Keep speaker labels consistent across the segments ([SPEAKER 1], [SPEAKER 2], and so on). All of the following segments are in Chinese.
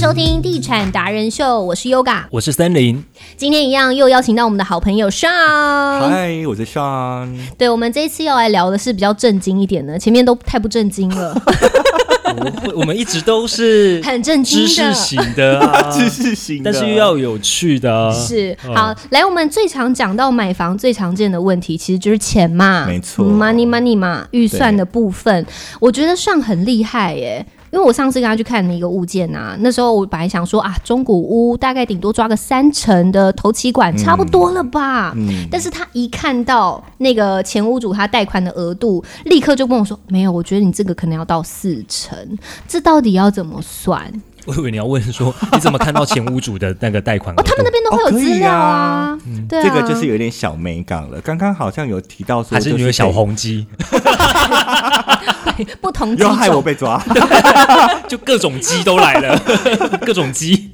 [SPEAKER 1] 收听《地产达人秀》，我是 Yoga，
[SPEAKER 2] 我是森林。
[SPEAKER 1] 今天一样又邀请到我们的好朋友
[SPEAKER 2] 嗯
[SPEAKER 1] Sean。
[SPEAKER 2] 嗨，我是 Sean。
[SPEAKER 1] 对，我们这一次要来聊的是比较震惊一点的，前面都太不震惊了，
[SPEAKER 2] 我我们一直都是
[SPEAKER 1] 很震惊
[SPEAKER 2] 知识
[SPEAKER 1] 的。
[SPEAKER 2] 型的啊，
[SPEAKER 3] 知识型的，
[SPEAKER 2] 但是又要有趣的啊。
[SPEAKER 1] 是
[SPEAKER 2] 嗯
[SPEAKER 1] 好，来，我们最常讲到买房最常见的问题，其实就是钱嘛，
[SPEAKER 3] 没错
[SPEAKER 1] ，money money 嘛，预算
[SPEAKER 3] 对
[SPEAKER 1] 的部分，我觉得上很厉害耶。因为我上次跟他去看了一个物件啊，那时候我本来想说啊，中古屋大概顶多抓个三成的头期款，差不多了吧。
[SPEAKER 3] 嗯
[SPEAKER 1] 但是他一看到那个前屋主他贷款的额度，立刻就跟我说：“没有，我觉得你这个可能要到四成，这到底要怎么算？”
[SPEAKER 2] 我以为你要问说，你怎么看到前屋主的那个贷款额
[SPEAKER 1] 哦，他们那
[SPEAKER 2] 度？
[SPEAKER 1] 边都会有
[SPEAKER 3] 哦可以
[SPEAKER 1] 资料
[SPEAKER 3] 啊
[SPEAKER 1] 啊，对啊，
[SPEAKER 3] 这个就是有点小美感了。刚刚好像有提到说，
[SPEAKER 2] 还是你
[SPEAKER 3] 就
[SPEAKER 2] 有
[SPEAKER 3] 是
[SPEAKER 2] 小
[SPEAKER 3] 可以，
[SPEAKER 2] 红鸡，
[SPEAKER 1] 不同机
[SPEAKER 3] 又害我
[SPEAKER 1] 种。
[SPEAKER 3] 被抓。
[SPEAKER 2] 就各种鸡都来了， 各种鸡。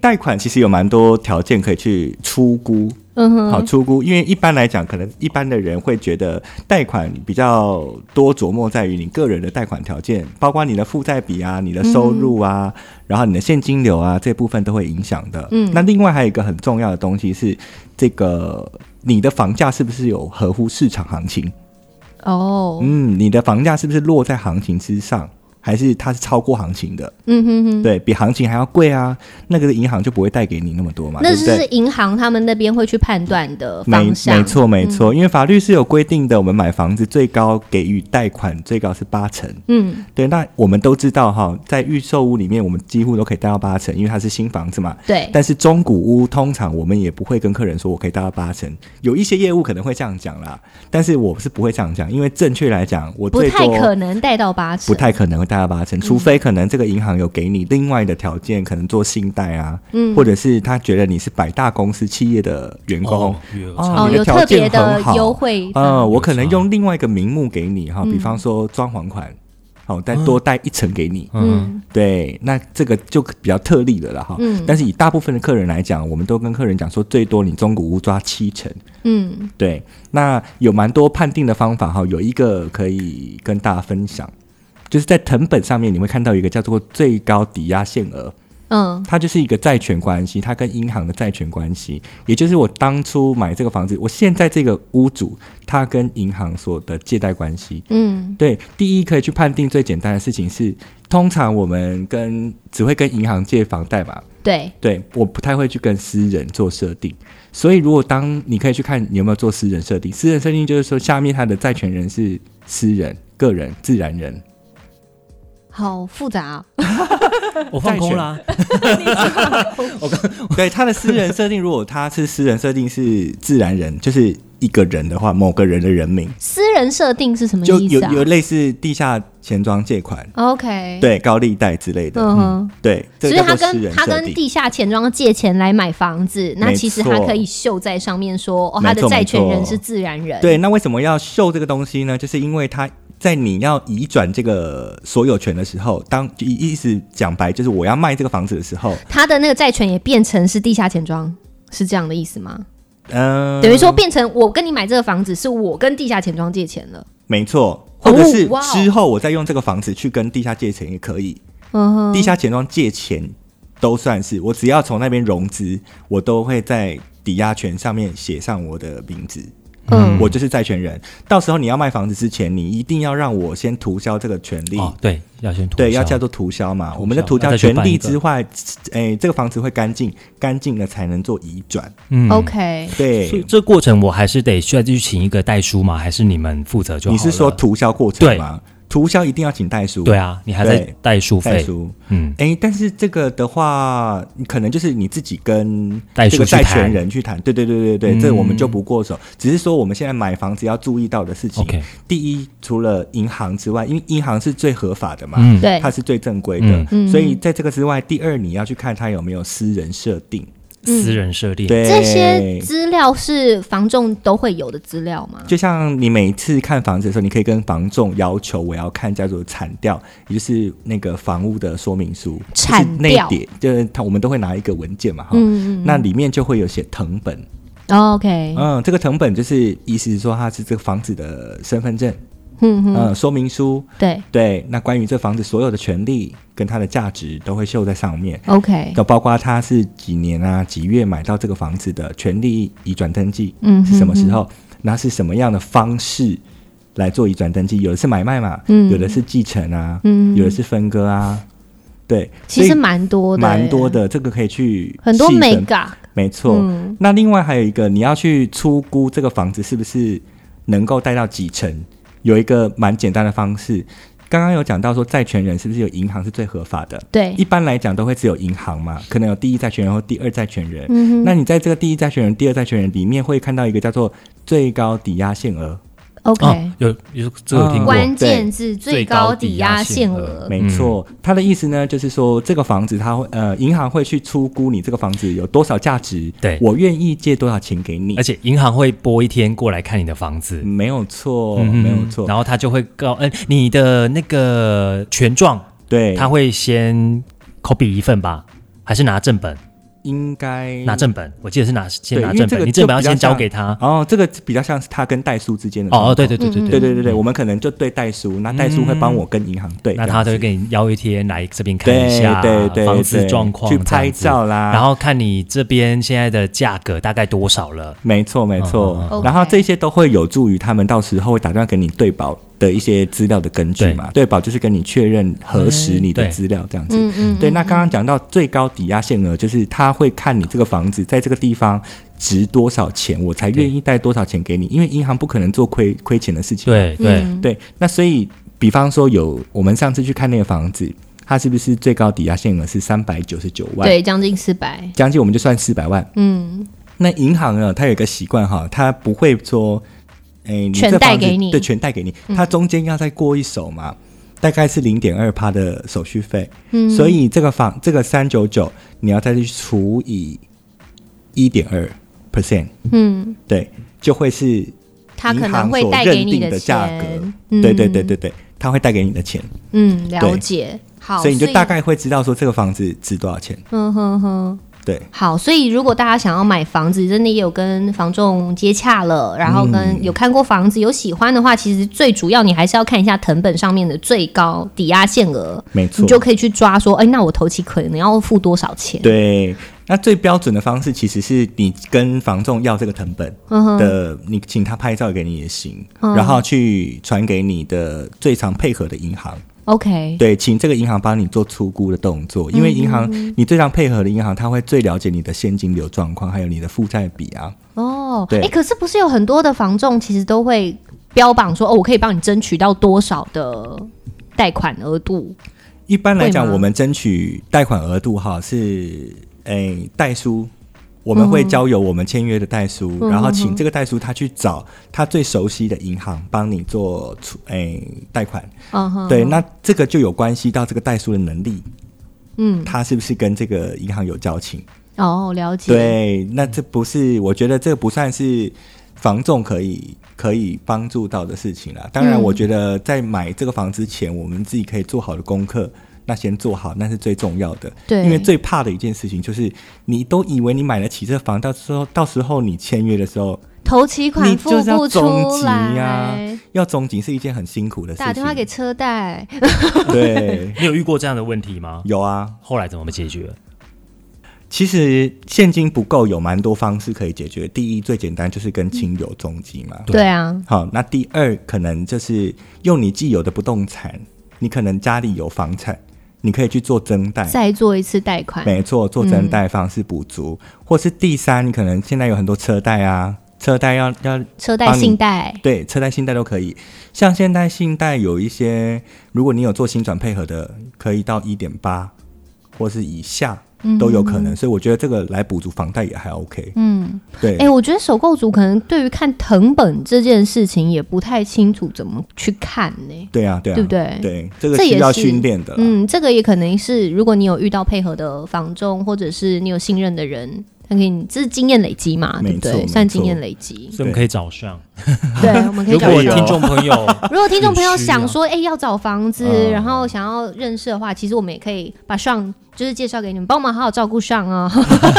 [SPEAKER 3] 贷款其实有蛮多条件可以去出估。
[SPEAKER 1] 嗯哼，
[SPEAKER 3] 好出估，因为一般来讲，可能一般的人会觉得贷款比较多琢磨在于你个人的贷款条件，包括你的负债比啊、你的收入啊，
[SPEAKER 2] 嗯
[SPEAKER 3] 然后你的现金流啊这部分都会影响的。嗯，那另外还有一个很重要的东西是，这个你的房价是不是有合乎市场行情？
[SPEAKER 1] 哦，
[SPEAKER 3] 嗯，你的房价是不是落在行情之上，还是它是超过行情的？
[SPEAKER 1] 嗯哼哼，
[SPEAKER 3] 对比行情还要贵啊，那个银行就不会贷给你那么多嘛，
[SPEAKER 1] 那
[SPEAKER 3] 对不
[SPEAKER 1] 是
[SPEAKER 3] 对？
[SPEAKER 1] 银行他们那边会去判断的
[SPEAKER 3] 没
[SPEAKER 1] 方向。嗯
[SPEAKER 3] 没错没错，因为法律是有规定的，我们买房子最高给予贷款最高是八成。
[SPEAKER 1] 嗯，
[SPEAKER 3] 对，那我们都知道哈，在预售屋里面，我们几乎都可以贷到八成，因为它是新房子嘛。
[SPEAKER 1] 对，
[SPEAKER 3] 但是中古屋通常我们也不会跟客人说我可以贷到八成，有一些业务可能会这样讲啦，但是我是不会这样讲，因为正确来讲，我
[SPEAKER 1] 不
[SPEAKER 3] 最多
[SPEAKER 1] 太可能贷到八成。
[SPEAKER 3] 不太可能会贷到
[SPEAKER 1] 嗯
[SPEAKER 3] 八成，除非可能这个银行有给你另外的条件，可能做信贷啊，
[SPEAKER 1] 嗯
[SPEAKER 3] 或者是他觉得你是百大公司企业的员工
[SPEAKER 2] 哦，有
[SPEAKER 3] 哦
[SPEAKER 1] 哦，
[SPEAKER 3] 你的
[SPEAKER 1] 有
[SPEAKER 3] 条
[SPEAKER 1] 特别
[SPEAKER 3] 件很
[SPEAKER 1] 的
[SPEAKER 3] 好
[SPEAKER 1] 优惠。
[SPEAKER 3] 呃，我
[SPEAKER 2] 有
[SPEAKER 3] 可能
[SPEAKER 2] 差
[SPEAKER 3] 用另外一个名目给你
[SPEAKER 1] 嗯
[SPEAKER 3] 哈，比方说装潢款，好、再多贷一层给你，
[SPEAKER 1] 嗯，
[SPEAKER 3] 对，那这个就比较特例了啦哈。
[SPEAKER 1] 嗯
[SPEAKER 3] 但是以大部分的客人来讲，我们都跟客人讲说，最多你中古屋抓七成，
[SPEAKER 1] 嗯，
[SPEAKER 3] 对，那有蛮多判定的方法哈，有一个可以跟大家分享，就是在藤本上面你会看到一个叫做最高抵押限额，
[SPEAKER 1] 嗯，
[SPEAKER 3] 它就是一个债权关系，它跟银行的债权关系，也就是我当初买这个房子，我现在这个屋主他跟银行所的借贷关系。
[SPEAKER 1] 嗯，
[SPEAKER 3] 对，第一可以去判定最简单的事情是，通常我们跟只会跟银行借房贷嘛，
[SPEAKER 1] 对，
[SPEAKER 3] 对，我不太会去跟私人做设定，所以如果当你可以去看你有没有做私人设定，私人设定就是说下面它的债权人是私人、个人、自然人，
[SPEAKER 1] 好复杂哦。
[SPEAKER 2] 我放空啦，
[SPEAKER 3] 对他的私人设定，如果他是私人设定是自然人，就是一个人的话，某个人的人名，
[SPEAKER 1] 私人设定是什么
[SPEAKER 3] 就
[SPEAKER 1] 意
[SPEAKER 3] 有
[SPEAKER 1] 思啊
[SPEAKER 3] 有类似地下钱庄借款，
[SPEAKER 1] ？OK，，
[SPEAKER 3] 对高利贷之类的，
[SPEAKER 1] 嗯哼。
[SPEAKER 3] 对，这
[SPEAKER 1] 所以
[SPEAKER 3] 个
[SPEAKER 1] 他
[SPEAKER 3] 叫做私
[SPEAKER 1] 跟
[SPEAKER 3] 人
[SPEAKER 1] 他
[SPEAKER 3] 设
[SPEAKER 1] 跟
[SPEAKER 3] 定。
[SPEAKER 1] 地下钱庄借钱来买房子，那
[SPEAKER 3] 没
[SPEAKER 1] 其实他
[SPEAKER 3] 错
[SPEAKER 1] 可以秀在上面说，哦，
[SPEAKER 3] 没
[SPEAKER 1] 他的
[SPEAKER 3] 错
[SPEAKER 1] 债
[SPEAKER 3] 没
[SPEAKER 1] 权人
[SPEAKER 3] 错
[SPEAKER 1] 是自然人。
[SPEAKER 3] 对，那为什么要秀这个东西呢？就是因为他在你要移转这个所有权的时候，当意意思讲白就是我要卖这个房子的时候，
[SPEAKER 1] 他的那个债权也变成是地下钱庄，是这样的意思吗？
[SPEAKER 3] 嗯、
[SPEAKER 1] 等于说变成我跟你买这个房子，是我跟地下钱庄借钱了。
[SPEAKER 3] 没错，
[SPEAKER 1] 哦
[SPEAKER 3] 或者是
[SPEAKER 1] 哇哦
[SPEAKER 3] 之后我再用这个房子去跟地下借钱也可以，
[SPEAKER 1] 嗯哼，
[SPEAKER 3] 地下钱庄借钱都算是，我只要从那边融资，我都会在抵押权上面写上我的名字。
[SPEAKER 1] 嗯
[SPEAKER 3] 我就是债权人。到时候你要卖房子之前，你一定要让我先涂销这个权利。
[SPEAKER 2] 哦，对，要先涂销，
[SPEAKER 3] 对，要叫做涂销嘛。我们的涂
[SPEAKER 2] 那
[SPEAKER 3] 销
[SPEAKER 2] 再去
[SPEAKER 3] 权
[SPEAKER 2] 办一
[SPEAKER 3] 利
[SPEAKER 2] 个
[SPEAKER 3] 之外，诶、这个房子会干净，干净了才能做移转。
[SPEAKER 2] 嗯
[SPEAKER 1] OK，
[SPEAKER 2] 所以
[SPEAKER 3] 对，
[SPEAKER 2] 这过程我还是得需要去请一个代书吗？还是你们负责啊就好了？
[SPEAKER 3] 你是说涂销过程
[SPEAKER 2] 对
[SPEAKER 3] 吗？涂销一定要请代书。
[SPEAKER 2] 对啊？你还在
[SPEAKER 3] 对
[SPEAKER 2] 代书
[SPEAKER 3] 代
[SPEAKER 2] 费？
[SPEAKER 3] 书。
[SPEAKER 2] 嗯，
[SPEAKER 3] 哎，但是这个的话，你可能就是你自己跟
[SPEAKER 2] 代
[SPEAKER 3] 这
[SPEAKER 2] 书
[SPEAKER 3] 个
[SPEAKER 2] 去
[SPEAKER 3] 债
[SPEAKER 2] 谈
[SPEAKER 3] 权人去谈，对对对对对，这
[SPEAKER 2] 嗯
[SPEAKER 3] 我们就不过手。只是说我们现在买房子要注意到的事情
[SPEAKER 2] OK
[SPEAKER 3] 第一，除了银行之外，因为银行是最合法的嘛，
[SPEAKER 2] 嗯
[SPEAKER 1] 对
[SPEAKER 3] 它，是最正规的，
[SPEAKER 1] 嗯
[SPEAKER 3] 所以在这个之外，第二你要去看它有没有私人设定，
[SPEAKER 1] 嗯
[SPEAKER 2] 私人设定，
[SPEAKER 3] 对
[SPEAKER 1] 这些资料是房仲都会有的资料吗？
[SPEAKER 3] 就像你每次看房子的时候，你可以跟房仲要求我要看叫做产调，也就是那个房屋的说明书。
[SPEAKER 1] 产
[SPEAKER 3] 就是
[SPEAKER 1] 调
[SPEAKER 3] 那一叠就是他我们都会拿一个文件嘛，哈、
[SPEAKER 1] 嗯哦
[SPEAKER 3] 那里面就会有写藤本。
[SPEAKER 1] ，OK，
[SPEAKER 3] 哦嗯，这个藤本就是意思是说它是这个房子的身份证，
[SPEAKER 1] 嗯嗯，
[SPEAKER 3] 呃，说明书，
[SPEAKER 1] 对
[SPEAKER 3] 对，那关于这房子所有的权利跟它的价值都会绣在上面。
[SPEAKER 1] ，OK，
[SPEAKER 3] 那包括它是几年啊、几月买到这个房子的权利移转登记，
[SPEAKER 1] 嗯
[SPEAKER 3] 是什么时候，那是什么样的方式来做移转登记？有的是买卖嘛，
[SPEAKER 1] 嗯
[SPEAKER 3] 有的是继承啊，
[SPEAKER 1] 嗯
[SPEAKER 3] 有的是分割啊，对，
[SPEAKER 1] 其
[SPEAKER 3] 所
[SPEAKER 1] 实
[SPEAKER 3] 以
[SPEAKER 1] 蛮多的，
[SPEAKER 3] 蛮多，的，这个可以去
[SPEAKER 1] 很多
[SPEAKER 3] 细分
[SPEAKER 1] 美感，
[SPEAKER 3] 没错。
[SPEAKER 1] 嗯
[SPEAKER 3] 那另外还有一个，你要去粗估这个房子是不是能够贷到几成，有一个蛮简单的方式。刚刚有讲到说，债权人是不是有银行是最合法的？
[SPEAKER 1] 对
[SPEAKER 3] 一，般来讲都会只有银行嘛，可能有第一债权人或第二债权人。
[SPEAKER 1] 嗯哼
[SPEAKER 3] 那你在这个第一债权人、第二债权人里面会看到一个叫做最高抵押限额，哦
[SPEAKER 1] ，OK，
[SPEAKER 2] 哦
[SPEAKER 1] 嗯
[SPEAKER 2] 有有这个有听过，
[SPEAKER 1] 关键字最高抵押限额，
[SPEAKER 3] 没错。他的意思呢，就是说这个房子它会呃，银行会去粗估你这个房子有多少价值，
[SPEAKER 2] 对
[SPEAKER 3] 我愿意借多少钱给你
[SPEAKER 2] 而，且银行会拨一天过来看你的房子，
[SPEAKER 3] 没有错，
[SPEAKER 2] 嗯
[SPEAKER 3] 没有错
[SPEAKER 2] 然。后他就会告，哎、你的那个权状，
[SPEAKER 3] 对，
[SPEAKER 2] 他会先 copy 一份吧，还是拿正本？
[SPEAKER 3] 应该
[SPEAKER 2] 拿正本，我记得是拿先
[SPEAKER 3] 嗯对
[SPEAKER 2] 拿
[SPEAKER 3] 因为
[SPEAKER 2] 正
[SPEAKER 3] 这
[SPEAKER 2] 本，
[SPEAKER 3] 个
[SPEAKER 2] 你正本要
[SPEAKER 3] 就比较
[SPEAKER 2] 先交
[SPEAKER 3] 像
[SPEAKER 2] 给他。
[SPEAKER 3] 哦，这个比较像是他跟代书之间的状
[SPEAKER 2] 哦
[SPEAKER 3] 况
[SPEAKER 2] 哦，对对对对
[SPEAKER 3] 嗯对对对对，我们可能就对代书，那代书会帮我跟银行对，
[SPEAKER 2] 那
[SPEAKER 3] 这
[SPEAKER 2] 他
[SPEAKER 3] 样
[SPEAKER 2] 都
[SPEAKER 3] 子
[SPEAKER 2] 会给你邀一天来这边看
[SPEAKER 3] 对
[SPEAKER 2] 一下
[SPEAKER 3] 对对
[SPEAKER 2] 房子
[SPEAKER 3] 对
[SPEAKER 2] 状况，这
[SPEAKER 3] 去
[SPEAKER 2] 样
[SPEAKER 3] 拍
[SPEAKER 2] 子
[SPEAKER 3] 照啦
[SPEAKER 2] 然后看你这边现在的价格大概多少了。
[SPEAKER 3] 没错没错
[SPEAKER 1] 嗯嗯，
[SPEAKER 3] 然后
[SPEAKER 1] OK
[SPEAKER 3] 这些都会有助于他们到时候会打电话给你对保的一些资料的根据嘛，对保就是跟你确认核实你的
[SPEAKER 2] 对
[SPEAKER 3] 资料这样子。
[SPEAKER 1] 嗯嗯，
[SPEAKER 3] 对，那刚刚讲到最高抵押限额，就是他会看你这个房子在这个地方值多少钱，我才愿意贷多少钱给你，因为银行不可能做亏亏钱的事情。
[SPEAKER 2] 对对，
[SPEAKER 1] 嗯
[SPEAKER 3] 对，那所以比方说有我们上次去看那个房子，它是不是最高抵押限额是三百九十九万？，
[SPEAKER 1] 对，将近四百，
[SPEAKER 3] 将近我们就算四百万。
[SPEAKER 1] 嗯，
[SPEAKER 3] 那银行呢，它有一个习惯哈，它不会说，哎，你
[SPEAKER 1] 全
[SPEAKER 3] 这
[SPEAKER 1] 贷
[SPEAKER 3] 房子
[SPEAKER 1] 给你嗯
[SPEAKER 3] 对，全贷给你，它中间要再过一手嘛，大概是零点二趴的手续费，
[SPEAKER 1] 嗯
[SPEAKER 3] 所以这个房这个三九九，你要再去除以一点二 percent，
[SPEAKER 1] 嗯，
[SPEAKER 3] 对，就会是
[SPEAKER 1] 他可
[SPEAKER 3] 银
[SPEAKER 1] 能
[SPEAKER 3] 行
[SPEAKER 1] 会
[SPEAKER 3] 所
[SPEAKER 1] 带给
[SPEAKER 3] 认
[SPEAKER 1] 你
[SPEAKER 3] 定的价格
[SPEAKER 1] 钱，，
[SPEAKER 3] 对对对对对，它会带给你的钱，
[SPEAKER 1] 嗯，了解，好，
[SPEAKER 3] 所以你就大，概会知道说这个房子值多少钱，
[SPEAKER 1] 嗯哼哼。
[SPEAKER 3] 对。
[SPEAKER 1] 好，所以如果大家想要买房子，真的也有跟房仲接洽了，然后
[SPEAKER 3] 嗯
[SPEAKER 1] 跟有看过房子、有喜欢的话，其实最主要你还是要看一下藤本上面的最高抵押限额，
[SPEAKER 3] 没错
[SPEAKER 1] 你就可以去抓说，哎、那我头期可能要付多少钱？
[SPEAKER 3] 对，那最标准的方式其实是你跟房仲要这个成本的，你请他拍照给你也行，然后去传给你的最常配合的银行，
[SPEAKER 1] ，OK，
[SPEAKER 3] 对，请这个银行帮你做出估的动作，因为银行你最常配合的银行，他会最了解你的现金流状况，还有你的负债比啊，
[SPEAKER 1] 哦，哎、
[SPEAKER 3] 对
[SPEAKER 1] 可是不是有很多的房仲其实都会标榜说，哦，我可以帮你争取到多少的贷款额度？
[SPEAKER 3] 一般来
[SPEAKER 1] 会
[SPEAKER 3] 讲，
[SPEAKER 1] 吗
[SPEAKER 3] 我们争取贷款额度哈是，诶、代书，我们
[SPEAKER 1] 嗯
[SPEAKER 3] 会交由我们签约的代书，然后请这个代书他去找他最熟悉的银行帮你做出诶贷款。
[SPEAKER 1] 嗯哼，
[SPEAKER 3] 对，那这个就有关系到这个代书的能力，
[SPEAKER 1] 嗯，
[SPEAKER 3] 他是不是跟这个银行有交情？
[SPEAKER 1] 哦，了解，，
[SPEAKER 3] 对，那这不是，我觉得这不算是房仲可以可以帮助到的事情啦。当然，
[SPEAKER 1] 嗯
[SPEAKER 3] 我觉得在买这个房之前，我们自己可以做好的功课，那先做好，那是最重要的。
[SPEAKER 1] 对
[SPEAKER 3] 因为最怕的一件事情就是，你都以为你买得起这房，到时候到时候你签约的时候，
[SPEAKER 1] 头期款
[SPEAKER 3] 你
[SPEAKER 1] 付
[SPEAKER 3] 就是要
[SPEAKER 1] 不
[SPEAKER 3] 终
[SPEAKER 1] 出
[SPEAKER 3] 极
[SPEAKER 1] 来，
[SPEAKER 3] 呀、要终极是一件很辛苦的事情。
[SPEAKER 1] 打电话给车贷，
[SPEAKER 3] 对，
[SPEAKER 2] 你有遇过这样的问题吗？
[SPEAKER 3] 有啊，
[SPEAKER 2] 后来怎么解决？
[SPEAKER 3] 其实现金不够，有蛮多方式可以解决。第一，最简单就是跟亲友中级嘛。
[SPEAKER 1] 对啊，
[SPEAKER 3] 好，那第二可能就是用你既有的不动产，你可能家里有房产，你可以去做增贷。
[SPEAKER 1] 再做一次贷款，
[SPEAKER 3] 没错，做
[SPEAKER 1] 嗯
[SPEAKER 3] 增贷方式补足，或是第三，你可能现在有很多车贷啊，车贷要要
[SPEAKER 1] 车贷、
[SPEAKER 3] 帮你
[SPEAKER 1] 信贷，
[SPEAKER 3] 对车贷、信贷都可以。像现在信贷有一些，如果你有做新转配合的，可以到一点八或是以下都有可能。所以我觉得这个来补足房贷也还 OK。
[SPEAKER 1] 嗯，
[SPEAKER 3] 对，
[SPEAKER 1] 哎、我觉得首购族可能对于看藤本这件事情也不太清楚怎么去看呢、
[SPEAKER 3] 对啊，对啊，
[SPEAKER 1] 对不对
[SPEAKER 3] 对，这个
[SPEAKER 1] 这也
[SPEAKER 3] 需要
[SPEAKER 1] 是
[SPEAKER 3] 训练的啦。
[SPEAKER 1] 嗯，这个也可能是，如果你有遇到配合的房仲，或者是你有信任的人，他给你这是经验累积嘛，对
[SPEAKER 3] 没
[SPEAKER 1] 不
[SPEAKER 3] 错
[SPEAKER 1] 对？
[SPEAKER 3] 没
[SPEAKER 1] 算经验
[SPEAKER 3] 错
[SPEAKER 1] 累积。
[SPEAKER 2] 所以我们可以找上
[SPEAKER 1] 对，我们可以
[SPEAKER 2] 如
[SPEAKER 1] 找
[SPEAKER 2] 果
[SPEAKER 3] 有
[SPEAKER 1] 找
[SPEAKER 2] 听众 朋友
[SPEAKER 1] 如果听众朋友
[SPEAKER 2] 很需要
[SPEAKER 1] 想说，哎、要找房子，
[SPEAKER 2] 嗯
[SPEAKER 1] 然后想要认识的话，其实我们也可以把上就是介绍给你们，帮忙好好照顾上啊。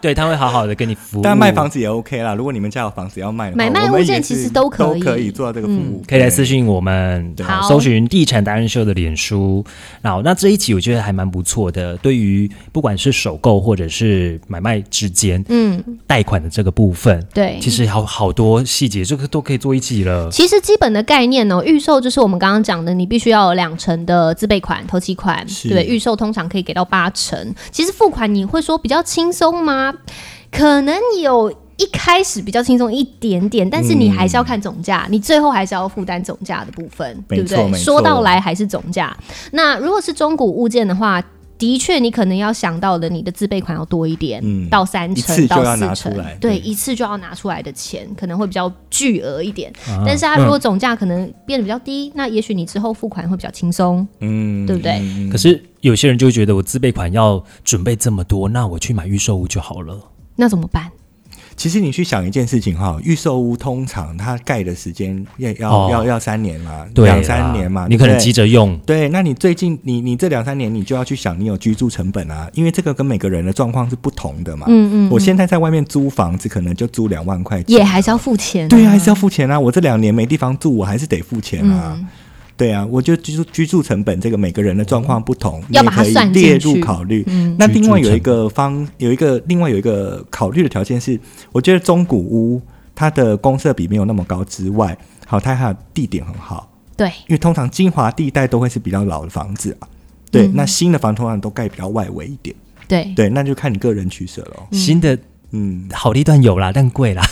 [SPEAKER 2] 对他会好好的跟你服务，
[SPEAKER 3] 但卖房子也 OK 啦。如果你们家有房子要卖的话，
[SPEAKER 1] 买卖
[SPEAKER 3] 我们
[SPEAKER 1] 物件
[SPEAKER 3] 也
[SPEAKER 1] 其实
[SPEAKER 3] 是
[SPEAKER 1] 都
[SPEAKER 3] 都
[SPEAKER 1] 可以嗯
[SPEAKER 3] 以做这个服务，
[SPEAKER 2] 可以来私信我们，
[SPEAKER 1] 对
[SPEAKER 2] 好
[SPEAKER 1] 好
[SPEAKER 2] 搜寻“地产达人秀”的脸书。然后，那这一集我觉得还蛮不错的，对于不管是首购或者是买卖之间
[SPEAKER 1] 嗯，
[SPEAKER 2] 贷款的这个部分，
[SPEAKER 1] 对。
[SPEAKER 2] 其实好好多细节，这个都可以做一集
[SPEAKER 3] 嗯
[SPEAKER 2] 了。
[SPEAKER 1] 其实基本的概念呢、预售就是我们刚刚讲的，你必须要有两成的自备款、头期款，
[SPEAKER 3] 是
[SPEAKER 1] 对，预售通常可以给到八成。其实付款你会说比较轻松吗？可能有一开始比较轻松一点点，但是你还是要看总价，你最后还是要负担总价的部分，
[SPEAKER 3] 没
[SPEAKER 1] 对不
[SPEAKER 3] 错
[SPEAKER 1] 对？
[SPEAKER 3] 没错
[SPEAKER 1] 说到来还是总价。那如果是中古物件的话。的确，你可能要想到的，你的自备款要多一点，
[SPEAKER 3] 嗯
[SPEAKER 1] 到三
[SPEAKER 3] 一
[SPEAKER 1] 成
[SPEAKER 3] 次就
[SPEAKER 1] 到
[SPEAKER 3] 要
[SPEAKER 1] 四
[SPEAKER 3] 拿出
[SPEAKER 1] 成
[SPEAKER 3] 来，
[SPEAKER 1] 对，
[SPEAKER 3] 对
[SPEAKER 1] 一次就要拿出来的钱可能会比较巨额一点。
[SPEAKER 2] 啊
[SPEAKER 1] 但是
[SPEAKER 3] 嗯
[SPEAKER 1] 它如果总价可能变得比较低，那也许你之后付款会比较轻松。
[SPEAKER 3] 嗯，
[SPEAKER 1] 对不对
[SPEAKER 3] 嗯嗯
[SPEAKER 2] 可是有些人就会觉得我自备款要准备这么多，那我去买预售屋就好了。
[SPEAKER 1] 那怎么办？
[SPEAKER 3] 其实你去想一件事情哈，预售屋通常它盖的时间要要、
[SPEAKER 2] 哦
[SPEAKER 3] 要要三年嘛，
[SPEAKER 2] 对啦，
[SPEAKER 3] 两三年嘛，
[SPEAKER 2] 你可能
[SPEAKER 3] 对
[SPEAKER 2] 急着用，
[SPEAKER 3] 对，那你最近你你这两三年你就要去想你有居住成本啊，因为这个跟每个人的状况是不同的嘛。
[SPEAKER 1] 嗯嗯，
[SPEAKER 3] 我现在在外面租房子，可能就租两万块钱，
[SPEAKER 1] 也还是要付钱、
[SPEAKER 3] 对啊，还是要付钱啊。我这两年没地方住，我还是得付钱啊。
[SPEAKER 1] 嗯
[SPEAKER 3] 对啊，我就居住居住成本这个每个人的状况不同，你
[SPEAKER 1] 要
[SPEAKER 3] 也
[SPEAKER 1] 把它
[SPEAKER 3] 可以
[SPEAKER 1] 算进
[SPEAKER 3] 列入
[SPEAKER 1] 去
[SPEAKER 3] 考虑。
[SPEAKER 1] 嗯
[SPEAKER 3] 那另外有一个方，有一个另外有一个考虑的条件是，我觉得中古屋它的公设比没有那么高之外，好，它还有地点很好，
[SPEAKER 1] 对，
[SPEAKER 3] 因为通常精华地带都会是比较老的房子啊。对，
[SPEAKER 1] 嗯
[SPEAKER 3] 那新的房通常都盖比较外围一点，
[SPEAKER 1] 对
[SPEAKER 3] 对，那就看你个人取舍喽。
[SPEAKER 2] 新的
[SPEAKER 3] 嗯，
[SPEAKER 2] 好地段有啦，但贵啦。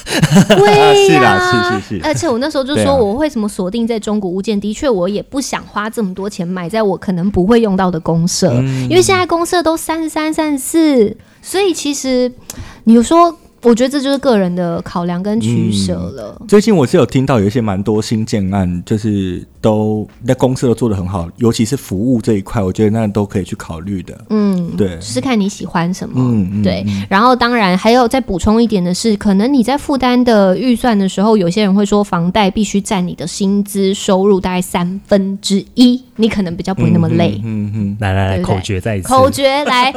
[SPEAKER 1] 对呀、
[SPEAKER 3] 是啦是是是
[SPEAKER 1] 而且我那时候就
[SPEAKER 3] 对
[SPEAKER 1] 说，
[SPEAKER 3] 啊
[SPEAKER 1] 我为什么锁定在中古物件？的确，我也不想花这么多钱买在我可能不会用到的公社，
[SPEAKER 3] 嗯
[SPEAKER 1] 因为现在公社都三十三、三十四，所以其实你说，我觉得这就是个人的考量跟取舍了。
[SPEAKER 3] 最近我是有听到有一些蛮多新建案，就是都那公司都做得很好，尤其是服务这一块，我觉得那都可以去考虑的。
[SPEAKER 1] 嗯，
[SPEAKER 3] 对
[SPEAKER 1] 就是看你喜欢什么。
[SPEAKER 3] 嗯嗯
[SPEAKER 1] 对。然后当然还有再补充一点的是，可能你在负担的预算的时候，有些人会说房贷必须占你的薪资收入大概三分之一，你可能比较不会那么累。
[SPEAKER 3] 嗯哎哼，
[SPEAKER 2] 来来来，
[SPEAKER 1] 对不对
[SPEAKER 2] 口诀再一次，
[SPEAKER 1] 口诀来，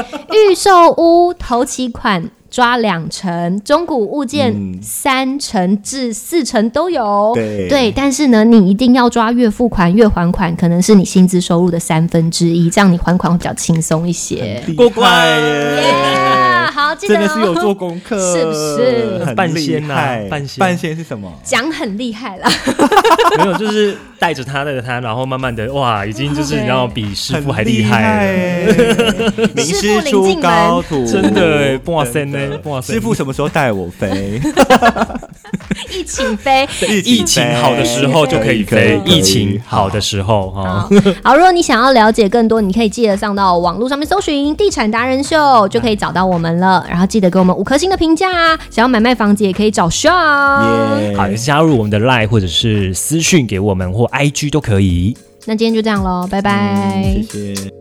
[SPEAKER 1] 预售屋头期款抓两成，中古物件
[SPEAKER 3] 嗯
[SPEAKER 1] 三成至四成都有。
[SPEAKER 3] 对
[SPEAKER 1] 但是呢，你一定要抓月付款、月还款，可能是你薪资收入的三分之一，这样你还款会比较轻松一些。
[SPEAKER 3] 嗯，
[SPEAKER 2] 过关
[SPEAKER 1] 耶 好，记得
[SPEAKER 3] 真的是有
[SPEAKER 1] 哦
[SPEAKER 3] 做功课，
[SPEAKER 1] 是不是
[SPEAKER 3] 很
[SPEAKER 2] 半
[SPEAKER 3] 厉
[SPEAKER 2] 仙啊
[SPEAKER 3] 害，
[SPEAKER 2] 半仙
[SPEAKER 3] 半仙是什么？
[SPEAKER 1] 讲很厉害啦，
[SPEAKER 2] 没有，就是带着他带着他，然后慢慢的哇，已经就是你知道比师傅还
[SPEAKER 3] 很
[SPEAKER 2] 厉害了，
[SPEAKER 3] 害欸，名
[SPEAKER 1] 师
[SPEAKER 3] 师
[SPEAKER 1] 傅领
[SPEAKER 3] 出
[SPEAKER 1] 进
[SPEAKER 3] 高
[SPEAKER 1] 门
[SPEAKER 3] 徒，
[SPEAKER 2] 真的欸哇塞
[SPEAKER 3] 真的
[SPEAKER 2] 呢，哇塞，
[SPEAKER 3] 师傅什么时候带我飞？
[SPEAKER 1] 一起飞。
[SPEAKER 2] 疫情好的时候就可以飞，
[SPEAKER 3] 可以
[SPEAKER 2] 疫情好的时候哈。
[SPEAKER 1] 好，好，如果你想要了解更多，你可以记得上到网络上面搜寻“地产达人秀”，就可以找到我们了。然后记得给我们五颗星的评价啊！想要买卖房子也可以找 Sean。
[SPEAKER 3] 耶
[SPEAKER 2] 好，也加入我们的 Line 或者是私讯给我们，或 IG 都可以。
[SPEAKER 1] 那今天就这样喽，拜拜。
[SPEAKER 3] 嗯谢谢。